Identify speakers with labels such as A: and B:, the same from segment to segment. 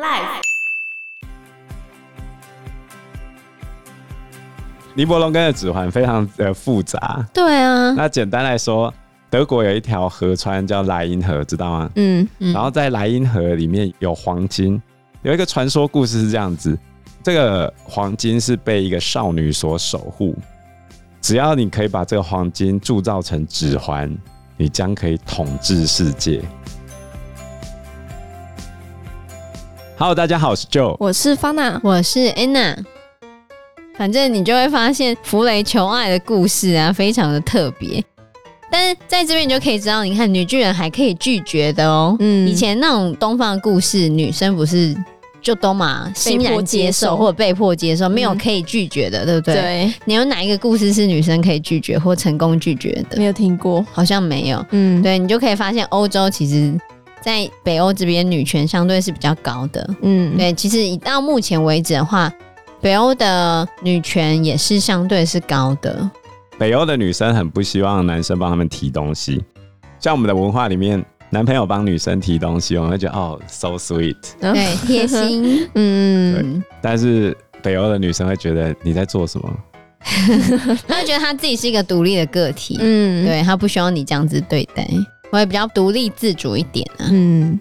A: Life，
B: 尼伯龙根的指环非常的复杂。
C: 对啊，
B: 那简单来说，德国有一条河川叫莱茵河，知道吗？
C: 嗯，
B: 然后在莱茵河里面有黄金，有一个传说故事是这样子：这个黄金是被一个少女所守护，只要你可以把这个黄金铸造成指环，你将可以统治世界。Hello，大家好，我是 Joe。
C: 我是方娜。
A: 我是 Anna，
C: 反正你就会发现弗雷求爱的故事啊，非常的特别。但是在这边你就可以知道，你看女巨人还可以拒绝的哦。
A: 嗯
C: 以前那种东方的故事，女生不是就都嘛欣
A: 被迫
C: 然
A: 接
C: 接受
A: 受
C: 或者被迫接受，没有
A: 嗯
C: 可以拒绝的，对不对？。
A: 对，
C: 你有哪一个故事是女生可以拒绝或成功拒绝的？
A: 没有听过，
C: 好像没有。
A: 嗯，
C: 对你就可以发现，欧洲其实在北欧这边女权相对是比较高的。
A: 嗯，
C: 对，其实以到目前为止的话，北欧的女权也是相对是高的。
B: 北欧的女生很不希望男生帮她们提东西，像我们的文化里面，男朋友帮女生提东西，我们会觉得哦，so sweet。
A: 然 后
C: 对，贴，心。
A: 嗯，
C: 嗯，
B: 但是北欧的女生会觉得你在做什么？
C: 她会觉得她自己是一个独立的个体，
A: 嗯，，
C: 对她不需要你这样子对待，我也比较独立自主一点啊。
A: 嗯，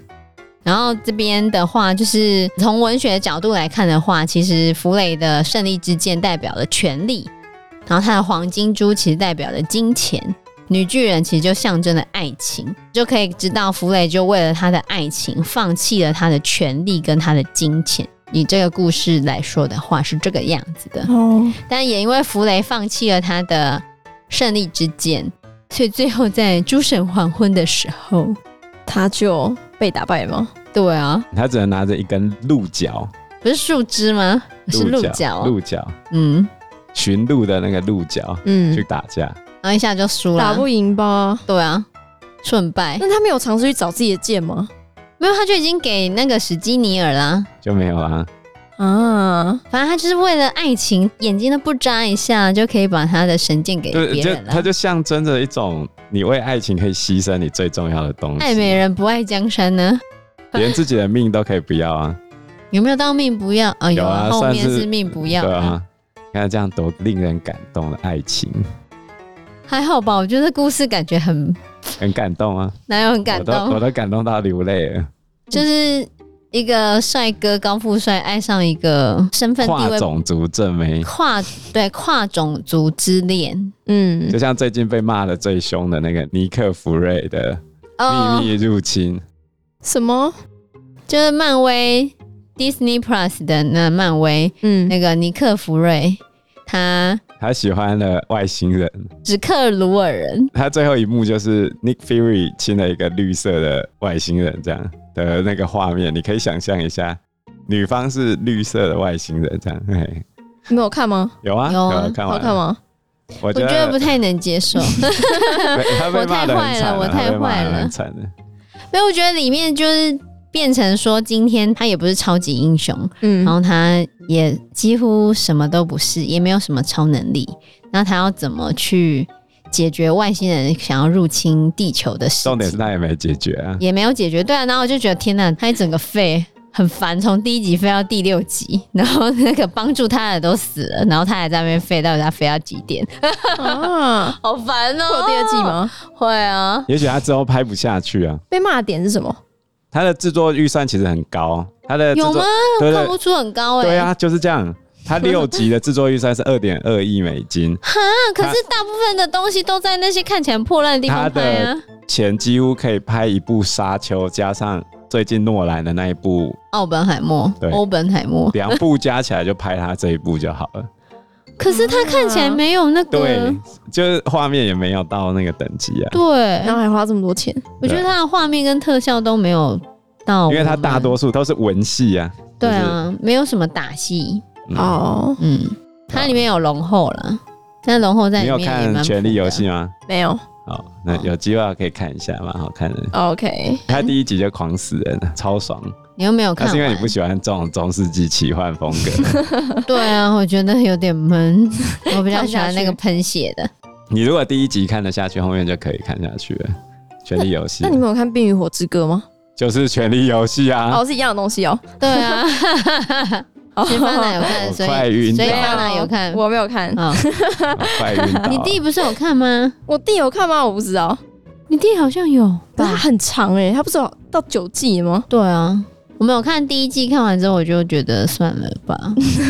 C: 然后这边的话，就是从文学的角度来看的话，其实弗雷的《胜利之剑》代表了权力，然后他的黄金珠其实代表了金钱，女巨人其实就象征了爱情，就可以知道弗雷就为了他的爱情放弃了他的权利跟他的金钱。以这个故事来说的话，是这个样子的。
A: 哦，
C: 但也因为弗雷放弃了他的胜利之剑，所以最后在诸神黄昏的时候，
A: 他就被打败吗？
C: 对啊，
B: 她只能拿着一根鹿角，
C: 不是树枝吗？是鹿角哦，
B: 鹿角，
C: 嗯，
B: 寻鹿的那个鹿角
A: 嗯
B: 去，打架。
C: 然后一下就输
A: 打
C: 了
A: 不，赢吧？
C: 对啊，顺败，
A: 那他没有尝试去找自己的剑吗？
C: 没有，他就已经给那个史基尼尔啦。
B: 就没有啦，
A: 啊，
C: 反正他就是为了爱情，眼睛都不眨一下就可以把他的神剑给
B: 就
C: 别
B: 就
C: 人啊
B: 它
C: 了。
B: 就象征着一种你为爱情可以牺牲你最重要的东西，
C: 爱美人不爱江山呢？哦
B: 连自己的命都可以不要啊，
C: 有没有到命不要？啊，
B: 有啊
C: 后
B: 算
C: 面
B: 是
C: 是命不
B: 对
C: 要。
B: 啊，你看这样多令人感动的爱情，
C: 还好吧，我觉得故事感觉很，
B: 很感动啊，
C: 哪有很感
B: 我都我
C: 动？
B: 都感动到流泪了。
C: 就是一个帅哥高富帅爱上一个身份地
B: 跨
C: 位
B: 种族正 妹，
C: 跨对跨种族之恋，
A: 嗯，
B: 就像最近被骂的最凶的那个尼克弗瑞的秘密入侵，
A: 什么？
C: 哦就是漫威 Disney Plus 的那漫威
A: 嗯，
C: 那个尼克弗瑞，他
B: 他喜欢了外星人。
C: 只克鲁尔人，
B: 他最后一幕就是 Nick Fury 亲了一个绿色的外星人，这样的那个画面，你可以想象一下，女方是绿色的外星人，这样，嘿，
A: 你没有看吗？
B: 有啊，
C: 有啊
B: 看
A: 好
B: 完，
A: 看吗？
B: 我
C: 我
B: 觉
C: 觉得不
B: 得
C: 太能接受。
B: 被他被骂的很惨啊，
C: 我太坏了
B: 他
C: 我太坏了
B: 被骂得很惨的。
C: 没有，我觉得里面就是变成说，今天他也不是超级英雄，
A: 嗯
C: 然，后他也几乎什么都不是，也没有什么超能力，那他要怎么去解决外星人想要入侵地球的事
B: 重点
C: 情
B: 是？他也没解决啊，
C: 也没有解决。对啊，然后我就觉得天呐，他一整个废很烦，从第一集废到第六集，然后那个帮助他的都死了，然后他还在那边废，到底他废到几点？
A: 啊，
C: 好烦哦、
A: 会有第二季？吗？
C: 会 啊，
B: 也许他之后拍不下去啊。
A: 被骂的点是什么？
B: 他的制作预算其实很高，他的制
C: 有
B: 作
C: 吗？
B: 对
C: 看
B: 对
C: 不出很高哎、
B: 对啊，就是这样。他六集的制作预算是二点二亿美金，
C: 哈，可是大部分的东西都在那些看起来破烂的地方
B: 他的
C: 拍啊。
B: 钱几乎可以拍一部《沙丘》，加上最近诺兰的那一部，
C: 奥本海默
B: 对，
C: 欧本海默，
B: 两部加起来就拍他这一部就好 了。
C: 可是他看起来没有那个。
B: 对，就是画面也没有到那个等级啊，
C: 对
A: 然后还花这么多钱？
C: 我觉得他的画面跟特效都没有到我
B: 因
C: 们，
B: 为他大多数都是文戏啊。
C: 哦对啊，没有什么打戏，
B: 就是，嗯
A: 哦，
C: 嗯，它里面有龙后了，但龙后在
B: 你
C: 里
B: 有
C: 面也
B: 看
C: 蛮
B: 《
C: 普
B: 权力游戏
C: 的？》
B: 吗？
A: 没有哦
B: 好，那有机会可以看一下，蛮好看的。
A: ，OK，
B: 他第一集就狂死人了，超爽。
C: 你又没有
B: 那
C: 哎看
B: 是因为你
C: 完？
B: 不喜欢这种中世纪奇幻风 格。
C: 对啊，我觉得有 点闷，我比较
A: 看不
C: 喜
A: 下
C: 欢那
A: 去
C: 个喷血的。
B: 你如果第一集看得下去，后面就可以看下去了。《权力游戏
A: 那》你们有看《冰与火之歌》吗？
B: 就是《权力游戏》啊。
A: 哦，是一样的东西哦。
C: 对啊，
A: 哦
C: 其实巴娜有 看，
B: 我
C: 所
B: 快
C: 以
B: 晕
C: 所以
B: 倒
C: 巴娜有看。
A: 嗯我没有看。
C: 哦，
B: 快晕倒了
C: 你弟不是有看吗？
A: 我弟有看吗？我不知道。
C: 你弟好像有
A: 可是它
C: 吧？
A: 很长哎、它不是有到九季吗？
C: 对啊，我没有看第一季，看完之后我就觉得算了吧。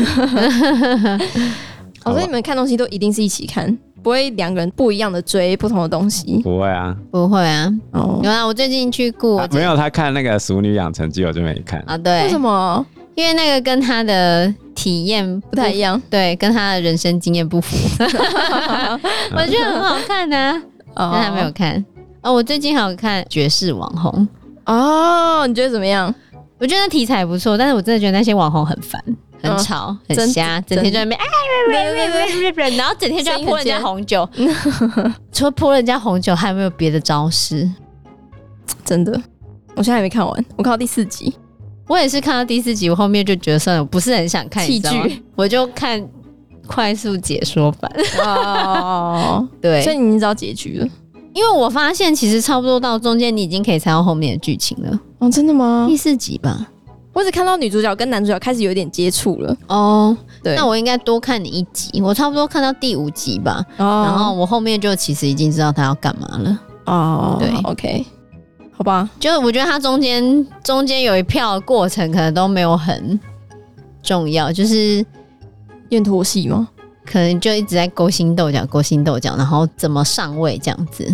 B: 好吧
A: 哦，所以你们看东西都一定是一起看，不会两个人不一样的追不同的东西。
B: 不会啊，
C: 不会啊，
A: 哦，
C: 有啊，我最近去顾我
B: 啊没有他看那个《熟女养成记》，我就没看。
C: 啊，对
A: 为，什么
C: 因为那个跟他的体验
A: 不
C: 不
A: 太一样？
C: 对，跟他的人生经验不符，我觉得很好看啊，
A: 哦
C: 但他没有看。哦，我最近还有看《绝世网红》，
A: 哦，你觉得怎么样？
C: 我觉得那题材不错，但是我真的觉得那些网红很烦，很
A: 嗯
C: 吵，很
A: 真
C: 瞎，整
A: 真
C: 天就在那边哎
A: 对对对，
C: 哎哎哎，然后整天就要
A: 声音
C: 泼人
A: 很
C: 家
A: 尖
C: 红酒， 除了泼人家红酒，还有没有别的招式？
A: 真的，我现在还没看完，我看到第四集。
C: 我也是看到第四集，我后面就觉得算了，我不是很想看，你知道吗
A: 弃剧
C: 我就看快速解说版。
A: 哦，
C: 对，
A: 所以你已经知道结局了。
C: 因为我发现其实差不多到中间，你已经可以猜到后面的剧情了，
A: 哦，真的吗
C: 第？四集吧。
A: 我只看到女主角跟男主角开始有点接触了。
C: 哦，
A: 对，
C: 那我应该多看你一集，我差不多看到第五集吧，
A: 哦
C: 然后我后面就其实已经知道他要干嘛了。
A: 哦，
C: 对
A: ，OK，好吧，
C: 就是我觉得他中间中间有一票的过程可能都没有很重要，就是
A: 愿脱戏吗？
C: 可能就一直在勾心斗角，勾心斗角，然后怎么上位这样子。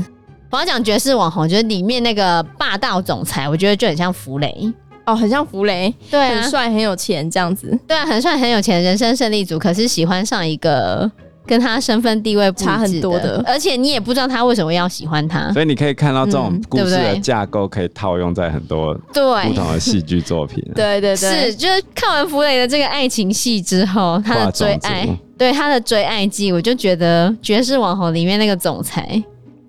C: 我要讲爵士网红，就是里面那个霸道总裁，我觉得就很像弗雷，
A: 哦，很像弗雷，
C: 对啊，
A: 很帅，很有钱这样子，
C: 对啊，很帅很有钱，人生胜利组，可是喜欢上一个跟他身份地位不一致
A: 差很多的
C: 而且你也不知道他为什么要喜欢他。
B: 所以你可以看到这种
A: 嗯
B: 故事
C: 对不
B: 的
C: 对
B: 架构可以套用在很多不
C: 对，
B: 同的戏剧作 品。
A: 对对
C: 是
A: 对，
C: 就是看完弗雷的这个爱情戏之后，他的
B: 画
C: 追
B: 种
C: 爱
B: 族，
C: 对他的追爱记，我就觉得《绝世网红》里面那个总裁，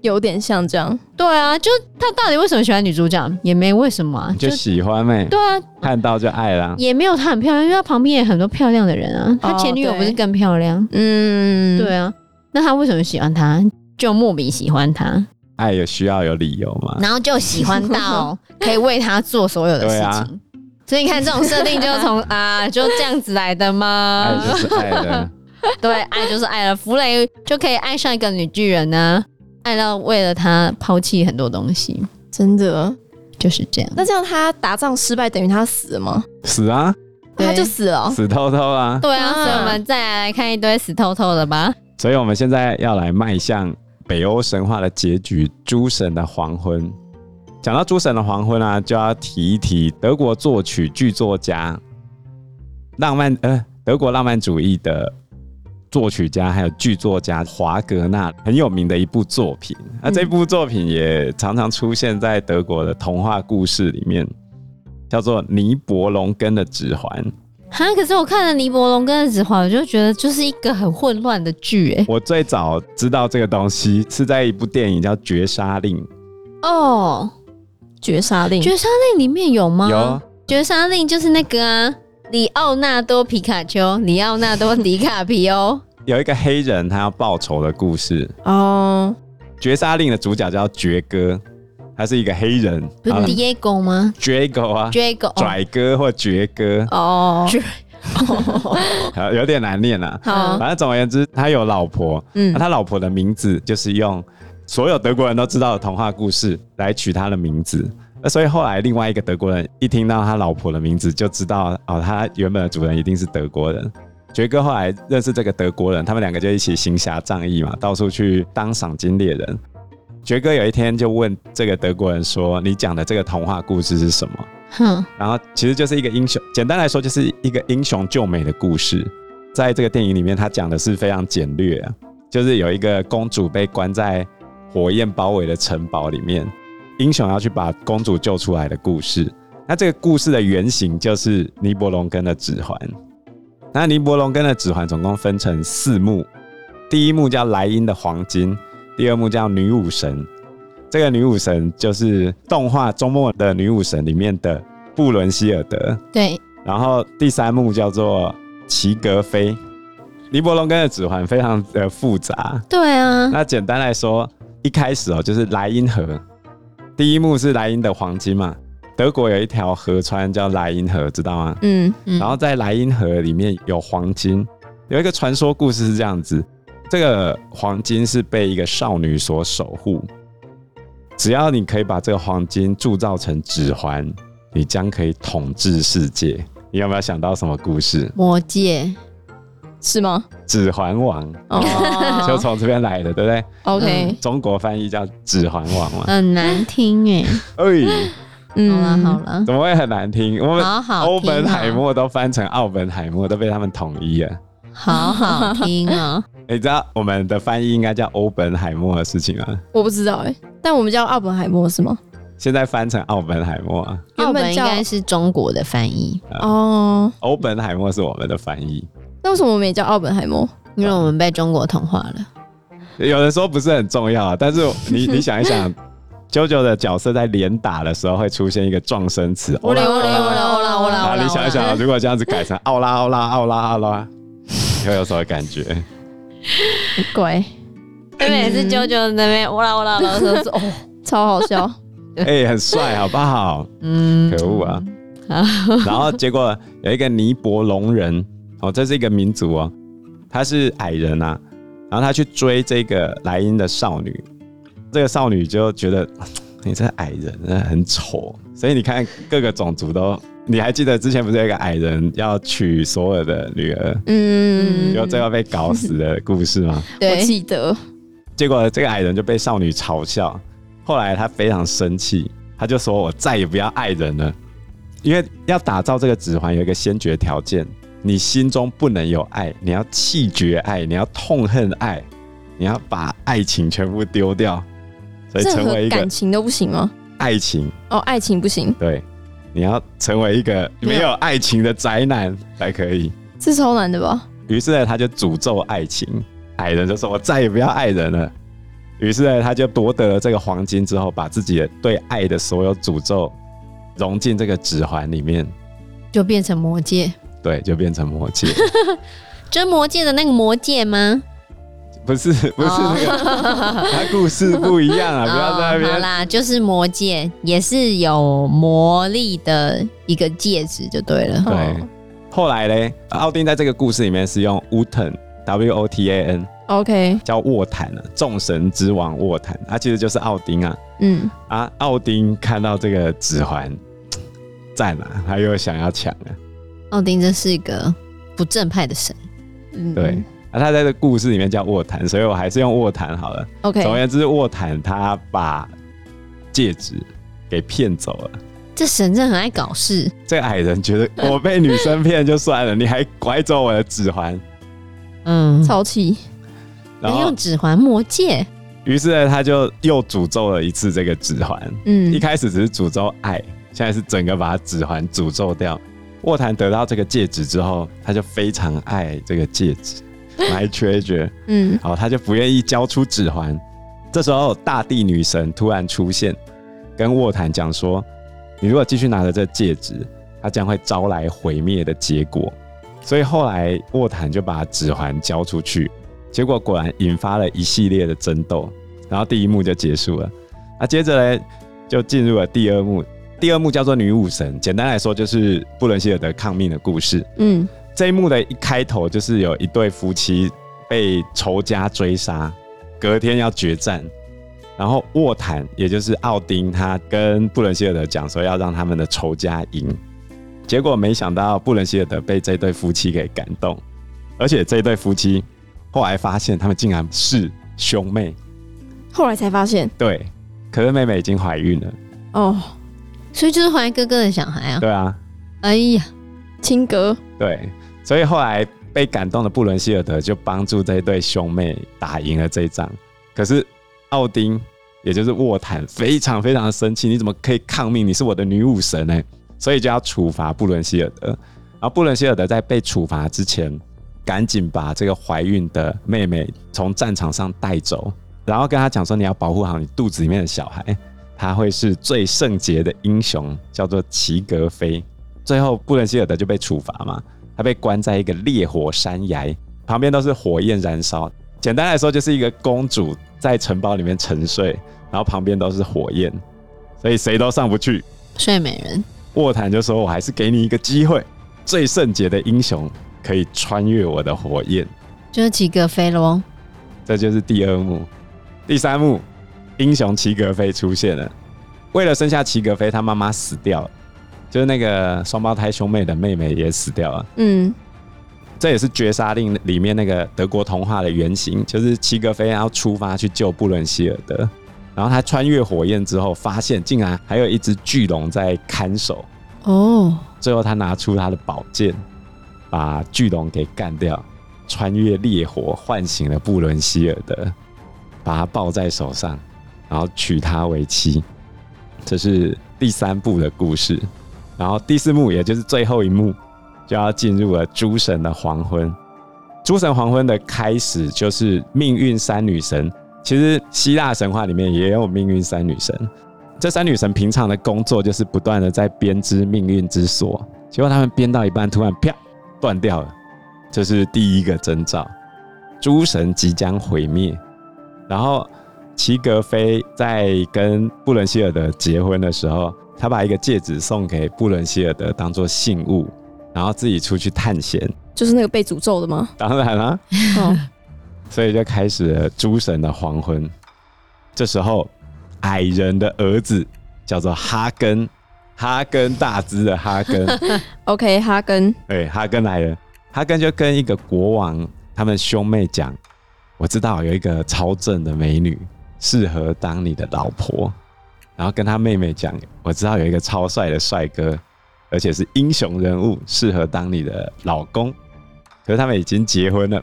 A: 有点像这样。
C: 对啊，就他到底为什么喜欢女主角，也没为什么啊，
B: 就喜欢呗、
C: 对啊，
B: 看到就爱啦。
C: 也没有她很漂亮，因为她旁边也很多漂亮的人啊，她
B: 嗯
A: 哦
C: 前女友不是
A: 对
C: 更漂亮？
A: 嗯，
C: 对啊，那他为什么喜欢她？就莫名喜欢她。
B: 爱也需要有理由嘛。
C: 然后就喜欢到可以为他做所有的事
B: 对啊
C: 情。所以你看，这种设定就是从啊，就这样子来的
B: 爱
C: 吗？
B: 就是爱 的，
C: 对，爱就是爱了。弗雷就可以爱上一个女巨人呢、爱到为了他抛弃很多东西，
A: 真的。
C: 就是这样。
A: 那这样他打仗失败，等于他死了吗？
B: 死啊，
C: 对
A: 他就死了哦、
B: 死透透啊。
C: 对啊，
A: 啊
C: 所以我们再来看一堆死透透的吧。
B: 所以我们现在要来迈向北欧神话的结局——诸神的黄昏。讲到诸神的黄昏啊，就要提一提德国作曲剧作家、浪漫呃德国浪漫主义的作曲家还有剧作家华格纳很有名的一部作品。那这部作品也常常出现在德国的童话故事里面，叫做《尼伯龙根的指环》。
C: 哈，可是我看了《尼伯龙跟的指环》，我就觉得就是一个很混乱的剧、欸，
B: 我最早知道这个东西是在一部电影叫《绝杀令》。
C: 哦，
A: 绝杀令
C: 《绝杀令》里面有吗？
B: 有啊，
C: 绝杀令就是那个啊，里奥纳多皮卡丘，里奥纳多迪卡皮欧。
B: 有一个黑人他要报仇的故事，
A: 哦，
B: 《绝杀令》的主角叫爵哥，他是一个黑人，
C: 不是 Diego 吗哦
B: ，Drago 啊，
C: ？Diego，
B: 拽哥或爵哥，
A: 哦，
C: 是哦
B: 啊有点难念啊。
A: 好，
B: 反正总而言之，他有老婆，
A: 嗯
B: 那，他老婆的名字就是用所有德国人都知道的童话故事来取他的名字。那所以后来另外一个德国人一听到他老婆的名字，就知道哦，他原本的主人一定是德国人。爵哥后来认识这个德国人，他们两个就一起行侠仗义嘛，到处去当赏金猎人。爵哥有一天就问这个德国人说：“你讲的这个童话故事是什么？”
C: 哼，
B: 然后其实就是一个英雄，简单来说就是一个英雄救美的故事。在这个电影里面，他讲的是非常简略、啊，就是有一个公主被关在火焰包围的城堡里面，英雄要去把公主救出来的故事。那这个故事的原型就是尼伯龙根的指环。那尼伯龙根的指环总共分成四幕，第一幕叫莱茵的黄金，第二幕叫女武神。这个女武神就是动画《周末的女武神》里面的布伦希尔德，
C: 对，
B: 然后第三幕叫做齐格飞。尼伯龙根的指环非常的复杂。
C: 对啊，
B: 那简单来说，一开始哦，就是莱茵河，第一幕是莱茵的黄金嘛，德国有一条河川叫莱茵河，知道吗？
A: 嗯，
C: 嗯
B: 然后在莱茵河里面有黄金，有一个传说故事是这样子：这个黄金是被一个少女所守护，只要你可以把这个黄金铸造成指环，你将可以统治世界。你有没有想到什么故事？
C: 魔戒，
A: 是吗？
B: 指环王
A: 哦
B: 就从这边来的，对不对？
A: ，OK，
B: 中国翻译叫指环王嘛。
C: 很难听哎、
B: 哎，
A: 嗯，
C: 好了好了，
B: 怎么会很难听？我们
C: 好好听、哦，
B: 欧本海默都翻成奥本海默，都被他们统一了。
C: 好好听 哦。
B: 你知道我们的翻译应该叫欧本海默的事情吗？
A: 我不知道哎、但我们叫奥本海默是吗？
B: 现在翻成奥本海默啊，
C: 澳
A: 原
C: 本
A: 本
C: 应
A: 叫
C: 该是中国的翻译，
A: 哦，
B: 欧本海默是我们的翻译。
A: 那为什么我们也叫奥本海默？
C: 因为我们被中国同化了。
B: 有人说不是很重要啊，但是 你你想一想，啾啾的角色在连打的时候会出现一个撞声词，哦
C: 我
B: 欧
C: 嘞
B: 拉
C: 哎我
B: 欧
C: 嘞我嘞
B: 拉。
C: 我嘞我嘞
B: 啊，你想一想啊，如果这样子改成哦奥拉奥拉奥拉奥拉，你 会有什么感觉？
A: 乖，
C: 每次啾啾那边哇啦哇啦哇啦说哦，
A: 超好 笑。
B: 哎、很帅，好不好？
C: 嗯
B: 可恶啊！然后结果有一个尼伯龙人，哦，这是一个民族哦，他是矮人啊，然后他去追这个莱茵的少女，这个少女就觉得你这矮人真的很丑，所以你看各个种族都，你还记得之前不是有一个矮人要娶索尔的女儿，
A: 嗯
B: 结，果最后被搞死的故事吗？
A: 我
C: 对，
A: 记得，
B: 结果这个矮人就被少女嘲笑，后来他非常生气，他就说：“我再也不要爱人了，因为要打造这个指环有一个先决条件，你心中不能有爱，你要弃绝爱，你要痛恨爱，你要把爱情全部丢掉，所以
A: 任
B: 成
A: 何
B: 为一个
A: 感情都不行吗？
B: 爱情
A: 哦，爱情不行，
B: 对。”你要成为一个
A: 啊
B: 没有爱情的宅男才可以。
A: 这超难的吧？
B: 于是呢，他就诅咒爱情，矮人就说：“我再也不要爱人了。”于是呢，他就夺得了这个黄金之后，把自己的对爱的所有诅咒融进这个指环里面，
C: 就变成魔戒。
B: 对，就变成魔 戒。
C: 真魔戒的那个魔戒吗？
B: 不是，不是
C: 哦
B: 那个，他故事不一样啊！不要在那
C: 哦好
B: 边。
C: 啦，就是魔戒，也是有魔力的一个戒指就对了。
B: 对，后来嘞，奥丁在这个故事里面是用 Wotan W O T A N
A: ，OK，
B: 叫沃坦啊，众神之王沃坦，他、其实就是奥丁啊。
A: 嗯，
B: 啊，奥丁看到这个指环，赞啊，他又想要抢了。
C: 奥丁真是一个不正派的神。
A: 嗯
B: 对，啊，他在这故事里面叫沃坦，所以我还是用沃坦好了。总而
A: ，OK，
B: 言之，沃坦他把戒指给骗走了。
C: 这神真的很爱搞事，
B: 这个矮人觉得我被女生骗就算了，你还拐走我的指环，
C: 嗯，
A: 超气，
B: 然
C: 能
B: 后
C: 用指环魔戒，
B: 于是呢，他就又诅咒了一次这个指环。
A: 嗯
B: 一，开始只是诅咒爱，现在是整个把指环诅咒掉。沃坦得到这个戒指之后，他就非常爱这个戒指，来 缺绝，
A: 嗯，
B: 然后他就不愿意交出指环。这时候，大地女神突然出现，跟沃坦讲说：“你如果继续拿着这戒指，它将会招来毁灭的结果。”所以后来沃坦就把指环交出去，结果果然引发了一系列的争斗，然后第一幕就结束了。那接着呢，就进入了第二幕。第二幕叫做女武神，简单来说就是布伦希尔德抗命的故事。
A: 嗯，
B: 这一幕的一开头就是有一对夫妻被仇家追杀，隔天要决战，然后沃坦也就是奥丁，他跟布伦希尔德讲说要让他们的仇家赢，结果没想到布伦希尔德被这对夫妻给感动，而且这对夫妻后来发现他们竟然是兄妹，
A: 后来才发现，
B: 对，可是妹妹已经怀孕了，
A: 哦，
C: 所以就是怀哥哥的小孩啊。
B: 对啊，
C: 哎呀，
A: 亲哥，
B: 对，所以后来被感动的布伦希尔德就帮助这一对兄妹打赢了这一仗。可是奥丁，也就是沃坦，非常非常的生气，你怎么可以抗命？你是我的女武神呢、所以就要处罚布伦希尔德。然后布伦希尔德在被处罚之前，赶紧把这个怀孕的妹妹从战场上带走，然后跟她讲说：“你要保护好你肚子里面的小孩，他会是最圣洁的英雄，叫做齐格飞。”最后，布伦希尔德就被处罚嘛，他被关在一个烈火山崖，旁边都是火焰燃烧。简单来说，就是一个公主在城堡里面沉睡，然后旁边都是火焰，所以谁都上不去，
C: 睡美人，
B: 卧谈就说：“我还是给你一个机会，最圣洁的英雄可以穿越我的火焰。
C: 就是几个飞龙。”
B: 这就是第二幕。第三幕，英雄齐格飞出现了。为了生下齐格飞，他妈妈死掉了，就是那个双胞胎兄妹的妹妹也死掉了。
A: 嗯，
B: 这也是《绝杀令》里面那个德国童话的原型，就是齐格飞要出发去救布伦希尔德，然后他穿越火焰之后，发现竟然还有一只巨龙在看守，
C: 哦，
B: 最后他拿出他的宝剑，把巨龙给干掉，穿越烈火，唤醒了布伦希尔德，把他抱在手上，然后娶她为妻。这是第三部的故事，然后第四幕也就是最后一幕，就要进入了诸神的黄昏。诸神黄昏的开始就是命运三女神。其实希腊神话里面也有命运三女神，这三女神平常的工作就是不断的在编织命运之锁，结果她们编到一半，突然啪断掉了，这是第一个征兆，诸神即将毁灭。然后齐格飞在跟布伦希尔德结婚的时候，他把一个戒指送给布伦希尔德当做信物，然后自己出去探险。
A: 就是那个被诅咒的 吗？
B: 当然啦、
A: 哦，
B: 所以就开始了诸神的黄昏。这时候，矮人的儿子叫做哈根，哈根大只的哈根，
A: OK，哈根，
B: 对，哈根来了。哈根就跟一个国王他们兄妹讲：“我知道有一个超正的美女适合当你的老婆。”然后跟他妹妹讲：“我知道有一个超帅的帅哥，而且是英雄人物，适合当你的老公。”可是他们已经结婚了，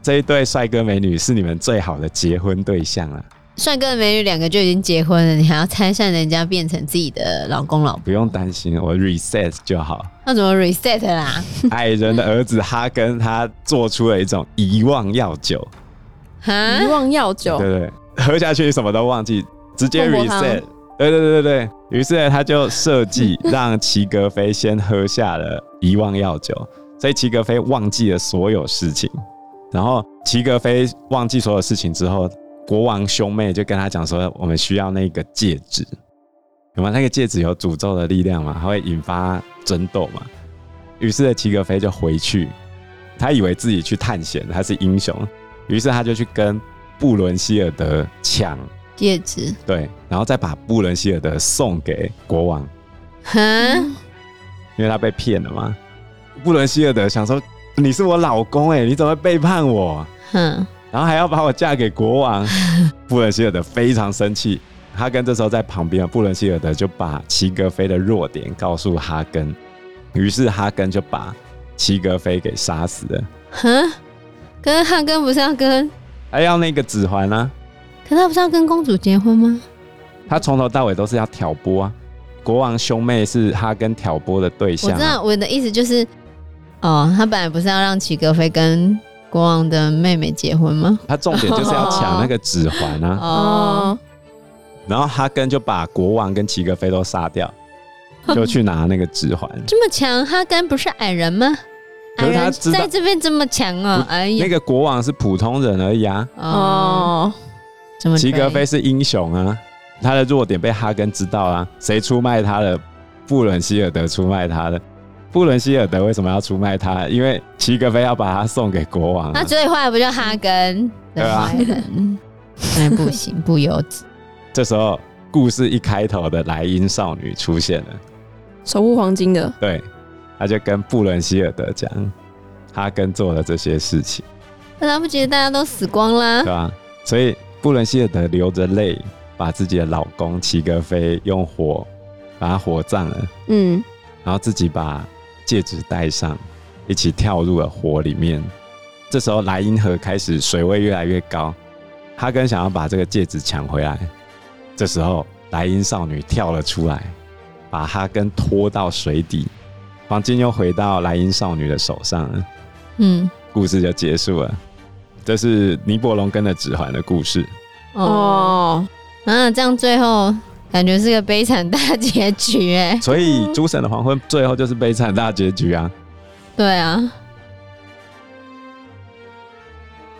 B: 这一对帅哥美女是你们最好的结婚对象了。
C: 帅哥美女两个就已经结婚了，你还要拆散人家变成自己的老公老婆，
B: 不用担心，我 reset 就好。
C: 那怎么 reset 啦？
B: 矮人的儿子哈根他做出了一种遗忘药酒，
C: 哈
A: 遗，忘药酒，
B: 对对，对喝下去什么都忘记，直接
A: 孟婆汤
B: reset。对对对对对，于是呢他就设计让齐格飞先喝下了遗忘药酒，所以齐格飞忘记了所有事情。然后齐格飞忘记所有事情之后，国王兄妹就跟他讲说，我们需要那个戒指，有吗？那个戒指有诅咒的力量嘛，它会引发争斗嘛。于是呢齐格飞就回去，他以为自己去探险，他是英雄，于是他就去跟布伦希尔德抢，
C: 戒指，
B: 对，然后再把布伦希尔德送给国王，
C: 哈，
A: 啊
B: 因为他被骗了嘛。布伦希尔德想说：“你是我老公哎、你怎么会背叛我？
C: 哼，
B: 然后还要把我嫁给国 王？”布伦希尔德非常生气。哈根这时候在旁边，布伦希尔德就把齐格飞的弱点告诉哈根，于是哈根就把齐格飞给杀死了。
C: 哈，跟汉根不是要跟，
B: 还要那个指环啊，
C: 可他不是要跟公主结婚吗？
B: 他从头到尾都是要挑拨啊。国王兄妹是哈根挑拨的对
C: 我
B: 象、
C: 知
B: 啊，
C: 道我的意思就是，哦，他本来不是要让齐格飞跟国王的妹妹结婚吗？
B: 他重点就是要抢那个指环 啊。
C: 哦，，
B: 然后哈根就把国王跟齐格飞都杀掉，就去拿那个指环。
C: 这么强，哈根不是矮人吗？
B: 可
C: 矮
B: 是他
C: 人
B: 知道
C: 在这边这么强哦，哎呀
B: 那，个国王是普通人而已啊，
C: 哦，
A: 哦，
C: 怎么
B: 齐格
C: 追
B: 飞是英雄啊，他的弱点被哈根知道啊，谁出卖他的？布伦希尔德出卖他的。布伦希尔德为什么要出卖他？因为齐格飞要把他送给国王、啊
C: 那。最坏的不就哈根
B: 对
C: 的
B: 啊
C: 坏人？哎，不行，不由己。
B: 这时候，故事一开头的莱茵少女出现了。
A: 守护黄金的，
B: 对，他就跟布伦希尔德讲，哈根做了这些事情，
C: 那他不觉得大家都死光啦
B: 对？吧、所以布伦希尔德流着泪，把自己的老公齐格飞用火把他火葬了，
A: 嗯，
B: 然后自己把戒指戴上，一起跳入了火里面。这时候莱茵河开始水位越来越高，哈根想要把这个戒指抢回来。这时候莱茵少女跳了出来，把哈根拖到水底，黄金又回到莱茵少女的手上了。
C: 嗯，
B: 故事就结束了。这是尼伯龙根的指环的故事。
C: 哦，
A: 哦，
C: 啊，这样最后感觉是个悲惨大结局哎。
B: 所以《诸神的黄昏》最后就是悲啊惨大结局啊！
C: 对啊，